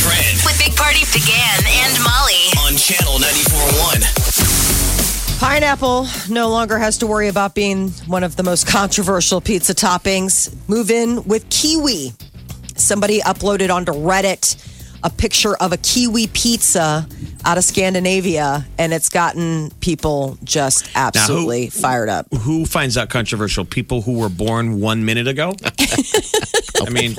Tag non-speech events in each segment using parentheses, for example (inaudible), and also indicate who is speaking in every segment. Speaker 1: trend
Speaker 2: with Big Party began and Molly.
Speaker 1: on channel 94.1.
Speaker 3: Pineapple no longer has to worry about being one of the most controversial pizza toppings. Move in with kiwi. Somebody uploaded onto Reddit a picture of a kiwi pizza out of Scandinavia, and it's gotten people just absolutely fired up.
Speaker 4: who finds that controversial? People who were born one minute
Speaker 1: (laughs)
Speaker 4: ago? I mean,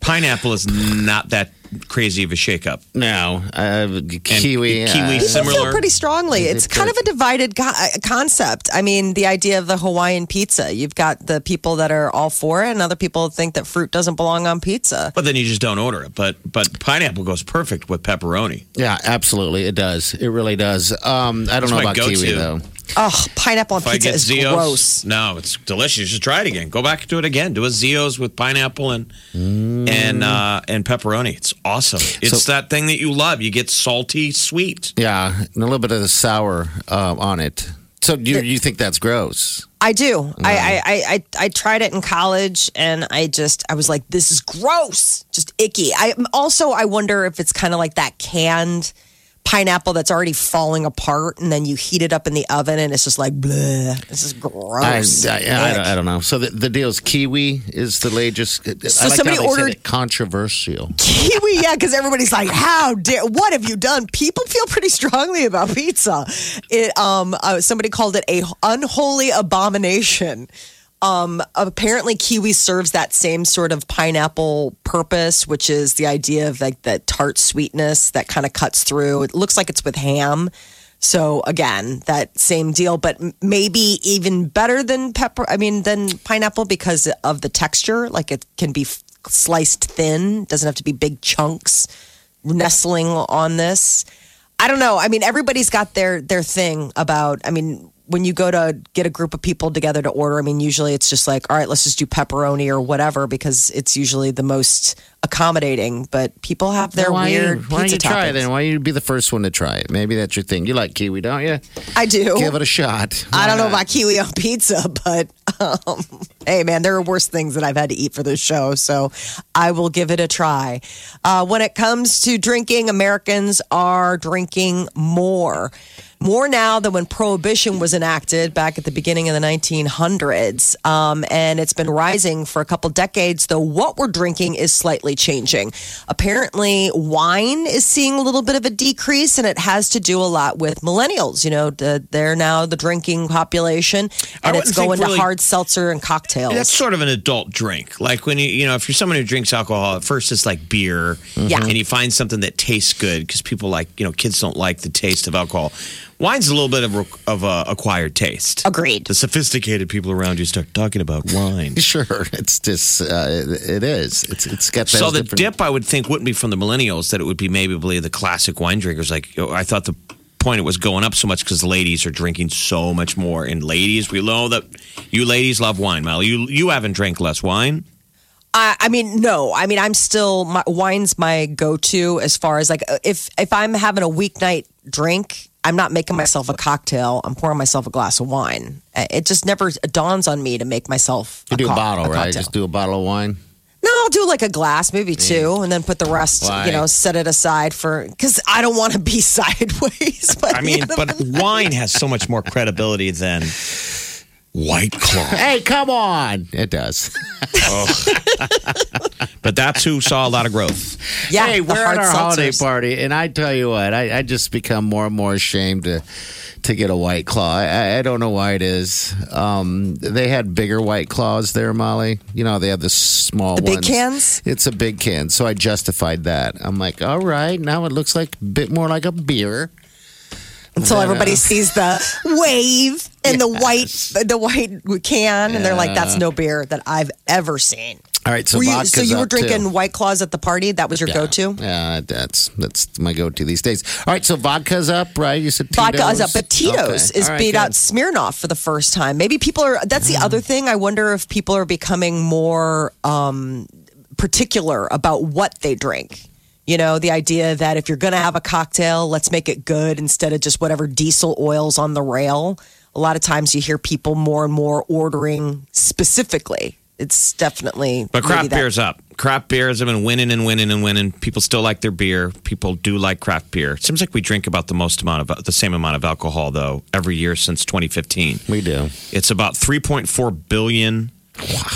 Speaker 4: pineapple is not that crazy of a shakeup.
Speaker 5: No, uh,
Speaker 4: And
Speaker 5: kiwi.
Speaker 4: kiwi
Speaker 5: uh,
Speaker 3: I feel
Speaker 4: similar.
Speaker 3: pretty strongly. It's kind of a divided co- uh, concept. I mean, the idea of the Hawaiian pizza. You've got the people that are all for it, and other people think that fruit doesn't belong on pizza.
Speaker 4: but then you just don't order it. But but pineapple goes perfect with pepperoni.
Speaker 5: yeah, absolutely. It does. It really does. Um, I don't
Speaker 4: It's
Speaker 5: know
Speaker 4: my
Speaker 5: about
Speaker 4: go-to.
Speaker 5: kiwi though.
Speaker 3: Oh, pineapple on
Speaker 4: If I
Speaker 3: pizza
Speaker 4: get
Speaker 3: is
Speaker 4: Zios,
Speaker 3: gross.
Speaker 4: no, it's delicious. Just try it again. Go back to it again. Do a Zios with pineapple and
Speaker 1: Mm.
Speaker 4: and uh, and pepperoni. It's awesome. It's that thing that you love. You get salty, sweet.
Speaker 5: Yeah, and a little bit of the sour uh, on it. So do you, you think that's gross?
Speaker 3: I do. I I, I, I I tried it in college, and I just I was like, this is gross, just icky. I also I wonder if it's kind of like that canned pineapple that's already falling apart, and then you heat it up in the oven, and it's just like, bleh, this is
Speaker 5: I,
Speaker 3: gross.
Speaker 5: I, I, don't- I don't know. So the, the deal is kiwi is the latest. I like
Speaker 3: somebody
Speaker 5: how they said
Speaker 3: ordered-
Speaker 5: it controversial.
Speaker 3: (laughs) kiwi, yeah, because everybody's like, "How dare? What have you done?" People feel pretty strongly about pizza. It, um, uh, somebody called it a unholy abomination. Um, apparently, kiwi serves that same sort of pineapple purpose, which is the idea of like that tart sweetness that kind of cuts through. It looks like it's with ham. So again, that same deal, but m- maybe even better than pepper. I mean, than pineapple because of the texture. Like it can be f- sliced thin. Doesn't have to be big chunks nestling on this. I don't know. I mean, everybody's got their their thing about. I mean, when you go to get a group of people together to order, I mean, usually it's just like, all right, let's just do pepperoni or whatever because it's usually the most accommodating. But people have their
Speaker 5: why
Speaker 3: weird
Speaker 5: you, why
Speaker 3: pizza
Speaker 5: you try it?
Speaker 3: toppings.
Speaker 5: And why you be the first one to try it? Maybe that's your thing. You like kiwi, don't you?
Speaker 3: I do.
Speaker 5: Give it a shot.
Speaker 3: I don't know
Speaker 5: Why not?
Speaker 3: about kiwi on pizza, but um, hey, man, there are worse things that I've had to eat for this show, so I will give it a try. Uh, when it comes to drinking, Americans are drinking more, more now than when prohibition was enacted back at the beginning of the 1900s, um, and it's been rising for a couple decades. Though what we're drinking is slightly changing. Apparently, wine is seeing a little bit of a decrease, and it has to do a lot with millennials. You know, the, they're now the drinking population,
Speaker 4: I
Speaker 3: and it's
Speaker 4: wouldn't think
Speaker 3: going to
Speaker 4: really-
Speaker 3: hard seltzer and cocktails.
Speaker 4: That's sort of an adult drink. Like when you, you know, if you're someone who drinks alcohol, at first it's like beer,
Speaker 5: Mm-hmm.
Speaker 3: Yeah.
Speaker 4: and you find something that tastes good because people like, you know, kids don't like the taste of alcohol. Wine's a little bit of of uh, acquired taste.
Speaker 3: Agreed.
Speaker 4: The sophisticated people around you start talking about
Speaker 5: (laughs)
Speaker 4: wine.
Speaker 5: (laughs) Sure, it's just uh, it, it is. It's it's got those
Speaker 4: so the
Speaker 5: different-
Speaker 4: dip, I would think, wouldn't be from the millennials. That it would be maybe believe the classic wine drinkers. Like oh, I thought the point it was going up so much because ladies are drinking so much more. And ladies, we know that you ladies love wine, Molly. You you haven't drank less wine.
Speaker 3: I, I mean, no. I mean, I'm still my, wine's my go-to as far as like if if I'm having a weeknight drink, I'm not making myself a cocktail. I'm pouring myself a glass of wine. Uh, It just never dawns on me to make myself.
Speaker 5: You do
Speaker 3: co-
Speaker 5: a bottle, right?
Speaker 3: cocktail.
Speaker 5: Just do a bottle of wine.
Speaker 3: No, I'll do like a glass, maybe two, and then put the rest.
Speaker 5: Why?
Speaker 3: You know, set it aside for because I don't want to be (laughs) sideways. But
Speaker 4: I mean, but wine has so much more credibility than White Claw.
Speaker 5: Hey, come on! It does.
Speaker 4: But that's who saw a lot of growth.
Speaker 3: yeah,
Speaker 5: hey,
Speaker 3: the
Speaker 5: we're
Speaker 3: hard
Speaker 5: at our holiday
Speaker 3: seltzers.
Speaker 5: party, and I tell you what, I, I just become more and more ashamed to to get a white claw. I- I, I don't know why it is. Um, they had bigger white claws there, Molly. You know, they have the small
Speaker 3: The big
Speaker 5: ones.
Speaker 3: cans?
Speaker 5: It's a big can, so I justified that. I'm like, all right, now it looks like a bit more like a beer.
Speaker 3: until everybody sees the wave and the white the white can and they're like that's no beer that I've ever seen.
Speaker 5: All right, so
Speaker 3: Were you,
Speaker 5: vodka's
Speaker 3: so you were
Speaker 5: up, too.
Speaker 3: drinking White Claws at the party? That was your go-to?
Speaker 5: Yeah, that's that's my go-to these days. All right, so vodka's up, right? You said
Speaker 3: Vodka is up,
Speaker 5: Tito's.
Speaker 3: but Tito's
Speaker 5: Okay.
Speaker 3: is
Speaker 5: All right,
Speaker 3: beat
Speaker 5: good. Mm.
Speaker 3: out Smirnoff for the first time. Maybe people are. That's the other thing. I wonder if people are becoming more um, particular about what they drink. You know, the idea that if you're going to have a cocktail, let's make it good instead of just whatever diesel oils on the rail. A lot of times, you hear people more and more ordering specifically. It's definitely
Speaker 4: But
Speaker 3: maybe
Speaker 4: craft
Speaker 3: that-
Speaker 4: beer's up. Craft beers have been winning and winning and winning. People still like their beer. People do like craft beer. Seems like we drink about the most amount of the same amount of alcohol though every year since 2015.
Speaker 5: We do.
Speaker 4: It's about 3.4 billion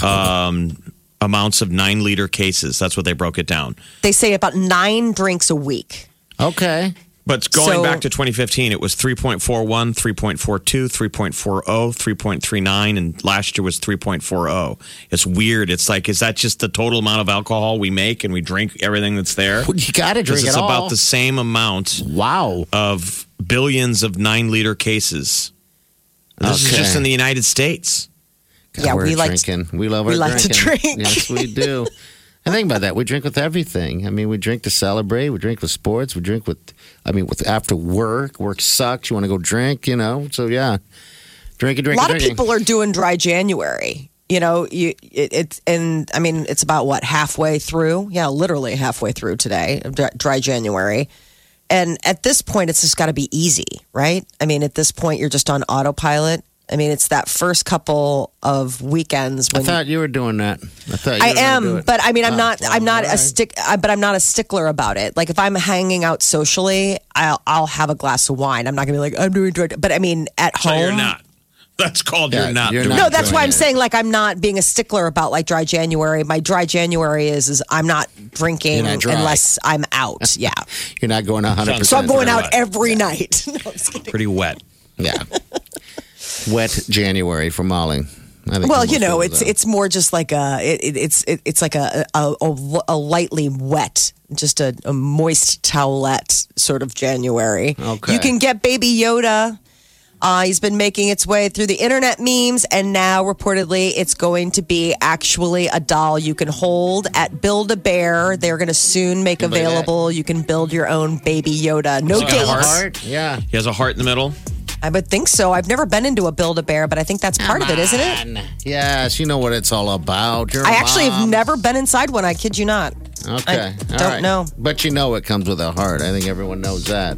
Speaker 4: um, amounts of nine liter cases. That's what they broke it down.
Speaker 3: They say about nine drinks a week.
Speaker 5: Okay.
Speaker 4: But going
Speaker 3: So-
Speaker 4: back to 2015, it was 3.41, 3.42, 3.40, 3.39, and last year was 3.40. oh. It's weird. It's like, is that just the total amount of alcohol we make and we drink everything that's there?
Speaker 5: Well, you got to
Speaker 4: Because
Speaker 5: drink
Speaker 4: it's
Speaker 5: it all.
Speaker 4: about the same amount
Speaker 5: Wow.
Speaker 4: of billions of nine liter cases. This is
Speaker 5: Okay.
Speaker 4: just in the United States.
Speaker 5: God,
Speaker 3: Yeah,
Speaker 5: we're
Speaker 3: we like to-
Speaker 5: drinking. we love
Speaker 3: we
Speaker 5: our
Speaker 3: like to
Speaker 5: drinking.
Speaker 3: drink. (laughs)
Speaker 5: Yes, we do. I think about that. We drink with everything. I mean, we drink to celebrate. We drink with sports. We drink with. I mean, with after work. Work sucks. You want to go drink. You know. So yeah, drinking,
Speaker 3: a
Speaker 5: drinking.
Speaker 3: lot of
Speaker 5: drinking.
Speaker 3: people are doing dry January. You know, you it, it's and I mean it's about what halfway through. Yeah, literally halfway through today, of dry- dry January. And at this point, it's just got to be easy, right? I mean, at this point, you're just on autopilot. I mean, it's that first couple of weekends
Speaker 5: I
Speaker 3: when
Speaker 5: thought you were doing that. I thought you
Speaker 3: I
Speaker 5: were gonna do
Speaker 3: am,
Speaker 5: it.
Speaker 3: but I mean, I'm
Speaker 5: Oh,
Speaker 3: not.
Speaker 5: well,
Speaker 3: I'm not
Speaker 5: all
Speaker 3: a
Speaker 5: right.
Speaker 3: stick. I, but I'm not a stickler about it. Like if I'm hanging out socially, I'll I'll have a glass of wine. I'm not gonna be like I'm doing dry. But I mean, at
Speaker 4: So
Speaker 3: home,
Speaker 4: you're not. That's called
Speaker 5: Yeah,
Speaker 4: you're not.
Speaker 5: you're
Speaker 4: doing
Speaker 3: no,
Speaker 5: not.
Speaker 3: that's
Speaker 5: doing
Speaker 3: why I'm
Speaker 5: it.
Speaker 3: saying like I'm not being a stickler about like dry January. My dry January is is I'm not drinking
Speaker 5: You're not dry.
Speaker 3: unless I'm out. Yeah.
Speaker 5: You're not going 100. percent
Speaker 3: So I'm going out
Speaker 4: Right.
Speaker 3: every night. (laughs) No, I'm just kidding.
Speaker 4: Pretty wet.
Speaker 5: Yeah.
Speaker 3: (laughs)
Speaker 5: Wet January for Molly. I think
Speaker 3: well,
Speaker 5: I'm
Speaker 3: you know,
Speaker 5: with
Speaker 3: it's
Speaker 5: that.
Speaker 3: it's more just like a it, it- it's it, it's like a a, a a lightly wet, just a, a moist towelette sort of January.
Speaker 5: Okay.
Speaker 3: You can get Baby Yoda. Uh, he's been making its way through the internet memes, and now reportedly it's going to be actually a doll you can hold at Build a Bear. They're going to soon make
Speaker 5: Can buy that.
Speaker 3: available. You can build your own Baby Yoda. No
Speaker 4: It's got a
Speaker 3: dates.
Speaker 5: Heart, Yeah.
Speaker 4: He has a heart in the middle.
Speaker 3: I would think so. I've never been into a Build a Bear, but I think that's part of it, isn't it?
Speaker 5: Man. Yes, you know what it's all about. You're a
Speaker 3: I actually have
Speaker 5: mom.
Speaker 3: never been inside one. I kid you not.
Speaker 5: Okay.
Speaker 3: I
Speaker 5: all
Speaker 3: don't
Speaker 5: right.
Speaker 3: know.
Speaker 5: But you know it comes with a heart. I think everyone knows that.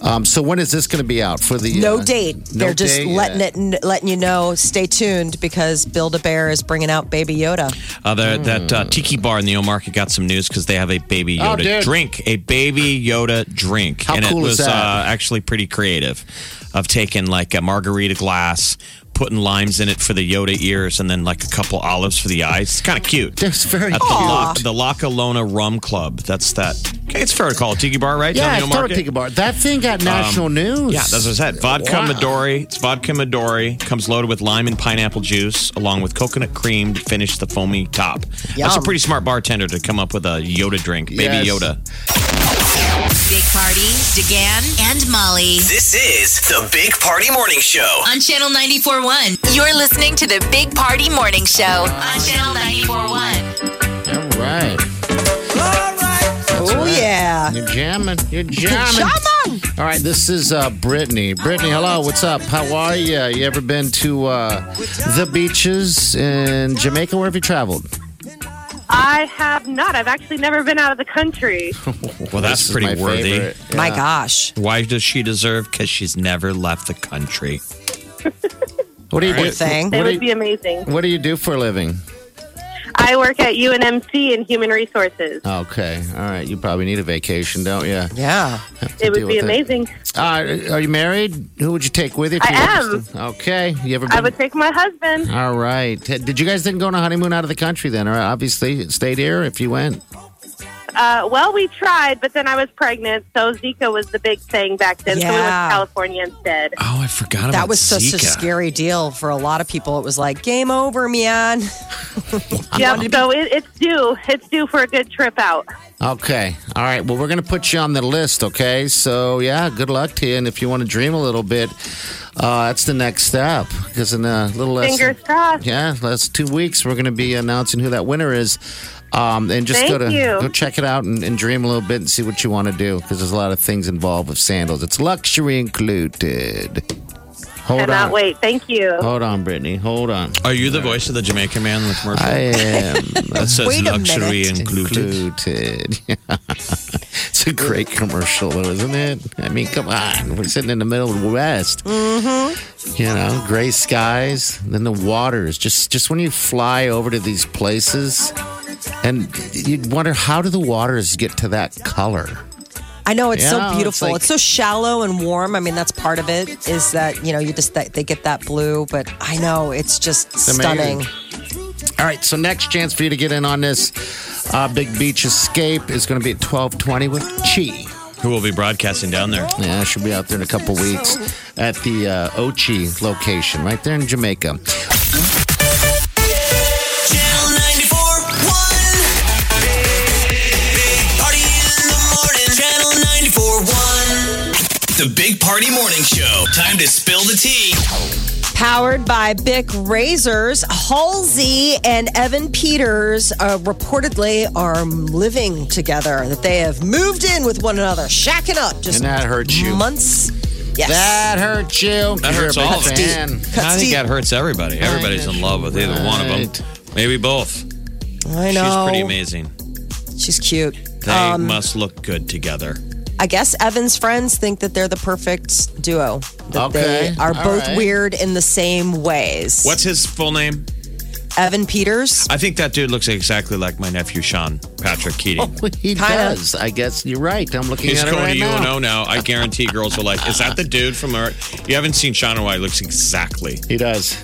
Speaker 5: Um, so when is this going to be out for the?
Speaker 3: No
Speaker 5: uh,
Speaker 3: date.
Speaker 5: no
Speaker 3: They're just
Speaker 5: date
Speaker 3: letting
Speaker 5: yet?
Speaker 3: it, letting you know. Stay tuned because Build a Bear is bringing out Baby Yoda.
Speaker 4: Uh, the, That uh, tiki bar in the O Market got some news because they have a baby
Speaker 5: Hmm. Oh,
Speaker 4: Yoda
Speaker 5: dude.
Speaker 4: drink, a baby Yoda drink,
Speaker 5: How
Speaker 4: and it
Speaker 5: cool
Speaker 4: was
Speaker 5: is that?
Speaker 4: Uh, actually pretty creative. Of taking like a margarita glass, putting limes in it for the Yoda ears, and then like a couple olives for the eyes. It's kind of cute.
Speaker 5: (laughs) That's very
Speaker 4: At the, La- the Lacalona Rum Club. That's that. Okay, it's fair to call it tiki bar, right?
Speaker 5: Yeah,
Speaker 4: Down the
Speaker 5: it's
Speaker 4: O
Speaker 5: not a
Speaker 4: Market? Um,
Speaker 5: tiki bar. That thing got national news.
Speaker 4: Yeah, that's what I said. Vodka
Speaker 5: Wow.
Speaker 4: Midori. It's vodka Midori. Comes loaded with lime and pineapple juice, along with coconut cream to finish the foamy top. That's a
Speaker 3: Yum.
Speaker 4: pretty smart bartender to come up with a Yoda drink, baby
Speaker 5: Yes.
Speaker 4: Yoda.
Speaker 2: Big Party, DeGan, and Molly
Speaker 1: This is the Big Party Morning Show.
Speaker 2: on Channel 94.1. You're listening to the Big Party Morning Show on Channel 94.1.
Speaker 5: All right. That's
Speaker 3: Oh,
Speaker 5: right.
Speaker 3: yeah.
Speaker 5: You're jamming.
Speaker 6: (laughs)
Speaker 5: You're jamming. All right, this is uh, Brittany. Brittany, hello. What's up? How are you? You ever been to uh, the beaches in Jamaica? Where have you traveled?
Speaker 6: I have not. I've actually never been out of the
Speaker 5: (laughs)
Speaker 6: country.
Speaker 4: Well, that's
Speaker 5: This is
Speaker 4: pretty
Speaker 5: my
Speaker 4: worthy.
Speaker 5: favorite.
Speaker 3: My gosh.
Speaker 4: Why does she deserve? Because she's never left the country.
Speaker 5: What do you do?
Speaker 3: thing.
Speaker 6: That
Speaker 5: What do
Speaker 6: would be
Speaker 5: you,
Speaker 6: amazing.
Speaker 5: what do you do for a living?
Speaker 6: I work at UNMC in Human Resources.
Speaker 5: Okay, all right. You probably need a vacation, don't you?
Speaker 3: Yeah.
Speaker 6: It
Speaker 5: deal
Speaker 6: would be
Speaker 5: with it.
Speaker 6: amazing.
Speaker 5: Uh, are you married? Who would you take with you? if
Speaker 6: I
Speaker 5: you were
Speaker 6: am.
Speaker 5: to- Okay. You ever been?
Speaker 6: I would take my
Speaker 5: (laughs)
Speaker 6: husband.
Speaker 5: All right. Did you guys didn't go on a honeymoon out of the country then, or obviously stayed here if you went?
Speaker 6: Uh, well, we tried, but then I was pregnant, so Zika was the big thing back then. So we went
Speaker 3: Yeah.
Speaker 6: to California instead.
Speaker 4: Oh, I forgot about
Speaker 3: That was such a
Speaker 4: Zika.
Speaker 3: scary deal for a lot of people. It was like game over, man.
Speaker 6: Yep. So it, it's due. It's due for a good trip out.
Speaker 5: Okay. All right. Well, we're going to put you on the list, okay? So, yeah, good luck to you. And if you want to dream a little bit, Uh, that's the next step because in a little less
Speaker 6: Fingers crossed.
Speaker 5: yeah, last two weeks we're going to be announcing who that winner is. Um, and just go to
Speaker 6: Thank you.
Speaker 5: go check it out and, and dream a little bit and see what you want to do because there's a lot of things involved with sandals. It's luxury included. Hold
Speaker 6: Cannot
Speaker 5: on,
Speaker 6: wait. Thank you.
Speaker 5: hold on, Brittany, hold on.
Speaker 4: Are you the voice of the Jamaican man in the commercial?
Speaker 5: I am
Speaker 4: that says
Speaker 3: Wait a
Speaker 4: luxury
Speaker 3: minute.
Speaker 4: included.
Speaker 5: included. (laughs) it's a great commercial, though, isn't it? I mean, come on, we're sitting in the middle of the West. You know, gray skies, then the waters. Just just when you fly over to these places, and you'd wonder how do the waters get to that color?
Speaker 3: I know it's
Speaker 5: Yeah,
Speaker 3: so
Speaker 5: it's
Speaker 3: beautiful.
Speaker 5: like-
Speaker 3: It's, so shallow and warm. I mean, that's part of it is that you know you just that, they get that blue, but I know it's just
Speaker 5: amazing.
Speaker 3: stunning.
Speaker 5: All right, so next chance for you to get in on this uh, Big Beach Escape is going to be at twelve twenty with Chi.
Speaker 4: Who will be broadcasting down there?
Speaker 5: Yeah, she'll be out there in a couple weeks at the uh, Ochi location, right there in Jamaica.
Speaker 1: Channel 94.1. Big, big party in the morning. Channel 94.1. The Big Party Morning Show. Time to spill the tea.
Speaker 3: Powered by Bic Razors, Halsey and Evan Peters uh, reportedly are living together. That they have moved in with one another, shacking up. Just
Speaker 5: And that hurts you.
Speaker 3: Months. Yes.
Speaker 5: That hurts you.
Speaker 4: That
Speaker 5: You're
Speaker 4: hurts
Speaker 5: a big
Speaker 4: all of us.
Speaker 5: fan.
Speaker 4: I think
Speaker 3: deep.
Speaker 4: that hurts everybody. Everybody's in love with either one of
Speaker 5: Right.
Speaker 4: them. Maybe both.
Speaker 3: I know.
Speaker 4: She's pretty amazing.
Speaker 3: She's cute.
Speaker 4: They
Speaker 3: Um,
Speaker 5: Um,
Speaker 4: must look good together.
Speaker 3: I guess Evan's friends think that they're the perfect duo. That
Speaker 5: Okay,
Speaker 3: They are
Speaker 5: all
Speaker 3: both
Speaker 5: right.
Speaker 3: weird in the same ways.
Speaker 4: What's his full name?
Speaker 3: Evan Peters?
Speaker 4: I think that dude looks exactly like my nephew Sean Patrick Keating.
Speaker 5: He
Speaker 3: Kinda.
Speaker 5: does. I guess you're right. I'm looking
Speaker 4: He's
Speaker 5: Oh, at it
Speaker 4: going
Speaker 5: right
Speaker 4: to
Speaker 5: now.
Speaker 4: UNO now. I guarantee girls are like, "Is that the dude from?" Our-? You haven't seen Sean in a while. He looks exactly.
Speaker 5: He does.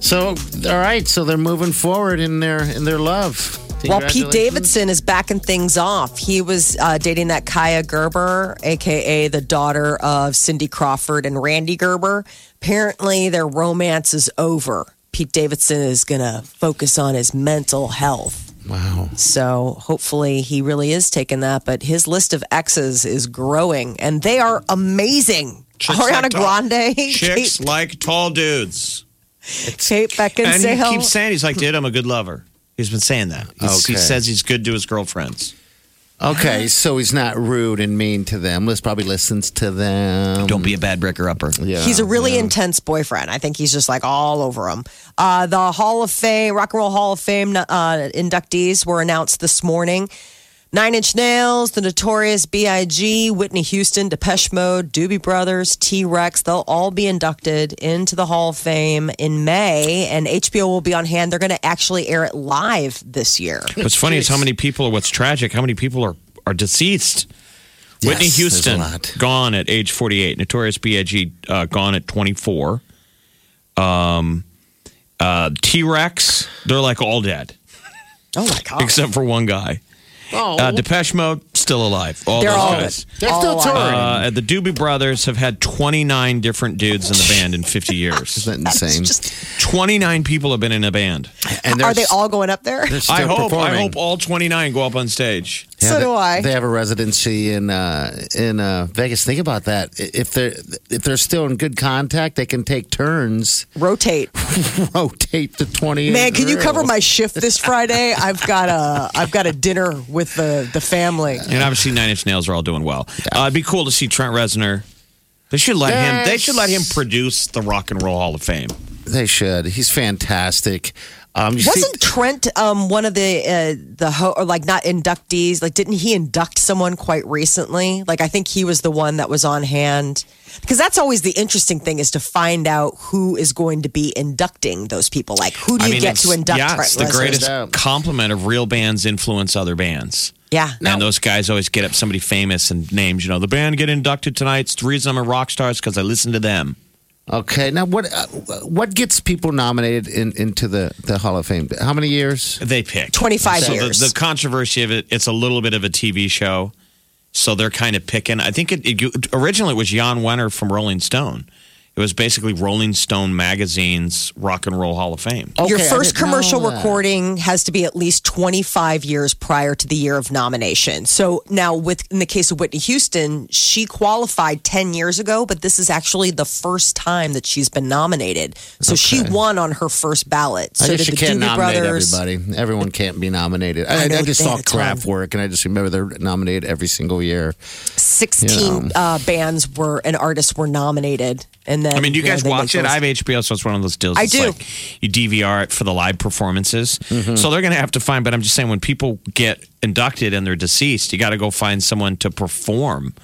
Speaker 5: So, all right. So they're moving forward in their in their love.
Speaker 3: Well, Pete
Speaker 5: Congratulations.
Speaker 3: Davidson is backing things off. He was uh, dating that Kaya Gerber, aka the daughter of Cindy Crawford and Randy Gerber. Apparently, their romance is over. Pete Davidson is going to focus on his mental health.
Speaker 5: Wow.
Speaker 3: So hopefully he really is taking that. But his list of exes is growing, and they are amazing.
Speaker 4: Chicks
Speaker 3: Ariana
Speaker 4: like tall-
Speaker 3: Grande,
Speaker 4: Chicks
Speaker 3: Kate,
Speaker 4: like tall dudes.
Speaker 3: Kate
Speaker 4: And he
Speaker 3: Beckinsale.
Speaker 4: keeps saying he's like, "Dude, I'm a good lover." He's been saying that. He's- He
Speaker 5: Okay.
Speaker 4: says he's good to his girlfriends.
Speaker 5: Okay, so he's not rude and mean to them. Let's probably listens to them.
Speaker 4: Don't be a bad breaker upper.
Speaker 5: Yeah.
Speaker 3: He's a really intense boyfriend. I think he's just like all over him. Uh, the Hall of Fame, Rock and Roll Hall of Fame uh, inductees were announced this morning. Nine Inch Nails, The Notorious B.I.G., Whitney Houston, Depeche Mode, Doobie Brothers, T Rex, they'll all be inducted into the Hall of Fame in May, and HBO will be on hand. They're going to actually air it live this year.
Speaker 4: What's funny is how many people. What's tragic? How many people are are deceased? Whitney
Speaker 5: Yes, there's a
Speaker 4: Houston
Speaker 5: lot.
Speaker 4: gone at age 48. Notorious B.I.G. Uh, gone at 24. Um, uh, T Rex. They're like all dead
Speaker 3: Oh my God.
Speaker 4: except for one guy.
Speaker 5: Oh,
Speaker 4: Uh, Depeche Mode still alive. All
Speaker 3: They're
Speaker 4: those
Speaker 3: all
Speaker 4: guys.
Speaker 5: they're
Speaker 3: all
Speaker 5: still
Speaker 3: alive.
Speaker 5: touring.
Speaker 4: Uh, the Doobie Brothers have had 29 different dudes in the band in
Speaker 5: (laughs)
Speaker 4: 50
Speaker 5: Is
Speaker 4: years.
Speaker 5: that insane?
Speaker 3: Just,
Speaker 4: 29 people have been in a band.
Speaker 5: and
Speaker 3: are they all going up there?
Speaker 5: They're still
Speaker 4: I hope. I
Speaker 5: performing.
Speaker 4: hope all 29 go up on stage.
Speaker 3: So
Speaker 5: they,
Speaker 3: do I.
Speaker 5: They have a residency in uh, in uh, Vegas. Think about that. I- If they're if they're still in good contact, they can take turns, (laughs)
Speaker 3: Rotate.
Speaker 5: rotate the twenty.
Speaker 3: Man, can you cover my
Speaker 4: (laughs)
Speaker 3: shift this Friday? I've got a I've got a dinner with the the family.
Speaker 4: And obviously, Nine Inch Nails are all doing well. Uh, it'd be cool to see Trent Reznor. They should let him. They should let him produce the Rock and Roll Hall of Fame.
Speaker 5: They should. He's fantastic. Um, you
Speaker 3: Wasn't
Speaker 5: see,
Speaker 3: Trent um, one of the uh, the ho- or like not inductees? Like, didn't he induct someone quite recently? Like, I think he was the one that was on hand because that's always the interesting thing is to find out who is going to be inducting those people. Like, who do you get
Speaker 4: it's-
Speaker 3: to induct?
Speaker 4: Yeah,
Speaker 3: Trent
Speaker 4: it's the
Speaker 3: Reznor?
Speaker 4: greatest
Speaker 5: Reznor.
Speaker 4: compliment of real bands influence other bands.
Speaker 3: Yeah,
Speaker 4: And those guys always get up somebody famous and names. You know, the band get inducted tonight. It's the reason I'm a rock star is because I listen to them.
Speaker 5: okay. Now, what uh, what gets people nominated in, into the the Hall of Fame? How many years?
Speaker 4: They pick
Speaker 3: 25
Speaker 4: so
Speaker 3: years.
Speaker 4: The, the controversy of it, it's a little bit of a TV show, so they're kind of picking. I think it, it originally it was Jan Wenner from Rolling Stone. It was basically Rolling Stone magazine's Rock and Roll Hall of Fame.
Speaker 3: Your
Speaker 5: Okay, I
Speaker 3: first
Speaker 5: didn't know
Speaker 3: commercial
Speaker 5: that.
Speaker 3: recording has to be at least 25 years prior to the year of nomination. So now, with in the case of Whitney Houston, she qualified 10 years ago, but this is actually the first time that she's been nominated. So she won on her first ballot. So
Speaker 5: I
Speaker 3: did
Speaker 5: guess you
Speaker 3: the
Speaker 5: can't
Speaker 3: Doobie
Speaker 5: nominate
Speaker 3: Brothers.
Speaker 5: everybody. Everyone can't be nominated. I,
Speaker 3: I know,
Speaker 5: I just
Speaker 3: they
Speaker 5: saw
Speaker 3: had a ton.
Speaker 5: Kraftwerk, and I just remember they're nominated every single year.
Speaker 3: 16 uh, bands were and artists were nominated. And then
Speaker 4: I mean, do you
Speaker 3: you know,
Speaker 4: guys
Speaker 3: they
Speaker 4: watch
Speaker 3: make
Speaker 4: it?
Speaker 3: those-
Speaker 4: I have HBO, so it's one of those deals.
Speaker 3: I
Speaker 4: it's
Speaker 3: do. Mm-hmm.
Speaker 4: Like you DVR it for the live performances, so they're going to have to find. But I'm just saying, when people get inducted and they're deceased, you got to go find someone to perform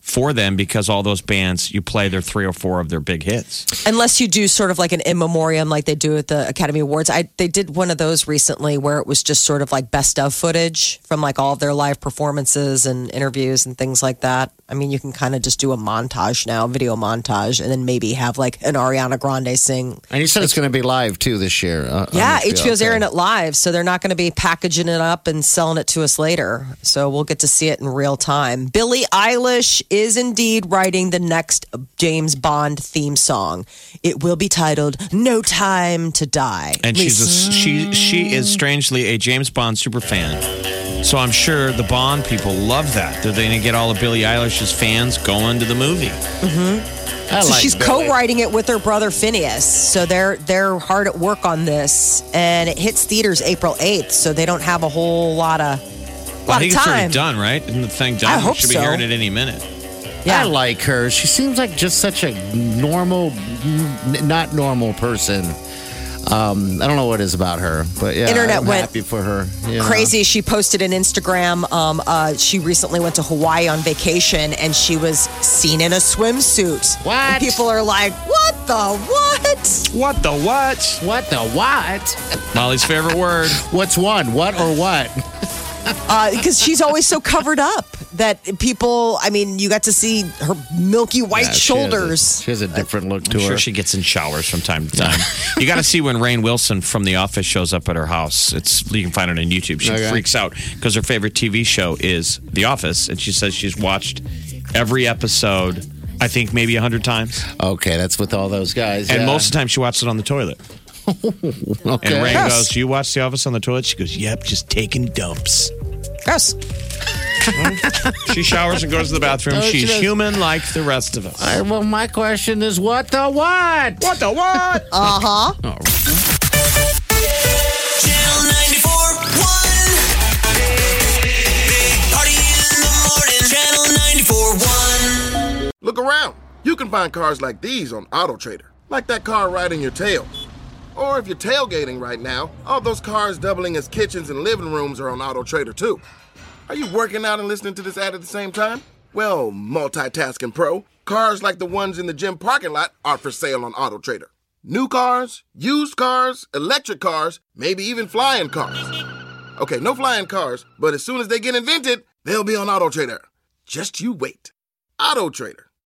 Speaker 4: for them because all those bands you play their three or four of their big hits.
Speaker 3: Unless you do sort of like an in memoriam, like they do at the Academy Awards. I they did one of those recently where it was just sort of like best of footage from like all of their live performances and interviews and things like that. I mean, you can kind of just do a montage now, video montage, and then maybe have like an Ariana Grande sing.
Speaker 5: And you said it's going to be live too this year. uh, on
Speaker 3: Yeah,
Speaker 5: HBO,
Speaker 3: HBO's
Speaker 5: okay.
Speaker 3: airing it live, so they're not going to be packaging it up and selling it to us later. So we'll get to see it in real time. Billie Eilish is indeed writing the next James Bond theme song. It will be titled "No Time to Die."
Speaker 4: And
Speaker 3: Lisa,
Speaker 4: she's a, she she is strangely a James Bond super fan. So I'm sure the Bond people love that. They're going to get all of Billie Eilish's fans going to the movie.
Speaker 5: I
Speaker 3: so
Speaker 5: like
Speaker 3: she's
Speaker 5: Billie.
Speaker 3: co-writing it with her brother Phineas. So they're they're hard at work on this, and it hits theaters April eighth. So they don't have a whole lot of
Speaker 4: I
Speaker 3: lot
Speaker 4: think
Speaker 3: of
Speaker 4: it's
Speaker 3: time.
Speaker 4: already done, right? Isn't the thing done?
Speaker 3: I
Speaker 4: We
Speaker 3: hope
Speaker 4: should
Speaker 3: so.
Speaker 4: be hearing it any minute.
Speaker 5: I like her. She seems like just such a normal, n- not normal person. Um, I don't know what it is about her, but yeah,
Speaker 3: Internet
Speaker 5: I'm
Speaker 3: went
Speaker 5: happy for her. you know.
Speaker 3: crazy. She posted an Instagram. Um, uh, she recently went to Hawaii on vacation, and she was seen in a swimsuit.
Speaker 5: What?
Speaker 3: And people are like, "What the what?"
Speaker 4: What the what?
Speaker 5: What the what?
Speaker 4: Molly's favorite
Speaker 3: (laughs)
Speaker 4: word.
Speaker 5: What's one? What or what?
Speaker 3: Because Uh, she's always so covered up that people. I mean, you got to see her milky white
Speaker 5: Yeah, she has a-
Speaker 3: shoulders.
Speaker 5: She has a, different look to
Speaker 4: I'm
Speaker 5: her.
Speaker 4: sure she gets in showers from time to time. you got to see when Rain Wilson from The Office shows up at her house. It's you can find it on YouTube. She
Speaker 5: Okay.
Speaker 4: freaks out because her favorite TV show is The Office, and she says she's watched every episode. I think maybe a hundred times,
Speaker 5: okay, that's with all those guys.
Speaker 4: and
Speaker 5: yeah.
Speaker 4: most of the time she watches it on the (laughs) toilet.
Speaker 5: okay.
Speaker 4: And Rain
Speaker 3: Yes.
Speaker 4: goes, "Do you watch The Office on the toilet?" She goes, "Yep, just taking dumps."
Speaker 3: Gross.
Speaker 4: She showers and goes to the bathroom.
Speaker 5: Oh, she
Speaker 4: She's
Speaker 5: does.
Speaker 4: human like the rest of us.
Speaker 5: Uh, Well, my question is, what the what?
Speaker 4: What the what?
Speaker 1: Channel 94 1. Big Party in the morning. Channel 94 1.
Speaker 7: Look around. You can find cars like these on AutoTrader, like that car riding your tail. Or if you're tailgating right now, all those cars doubling as kitchens and living rooms are on AutoTrader too. Are you working out and listening to this ad at the same time? Well, multitasking pro, cars like the ones in the gym parking lot are for sale on AutoTrader. New cars, used cars, electric cars, maybe even flying cars. Okay, no flying cars, but as soon as they get invented, they'll be on AutoTrader. Just you wait. AutoTrader.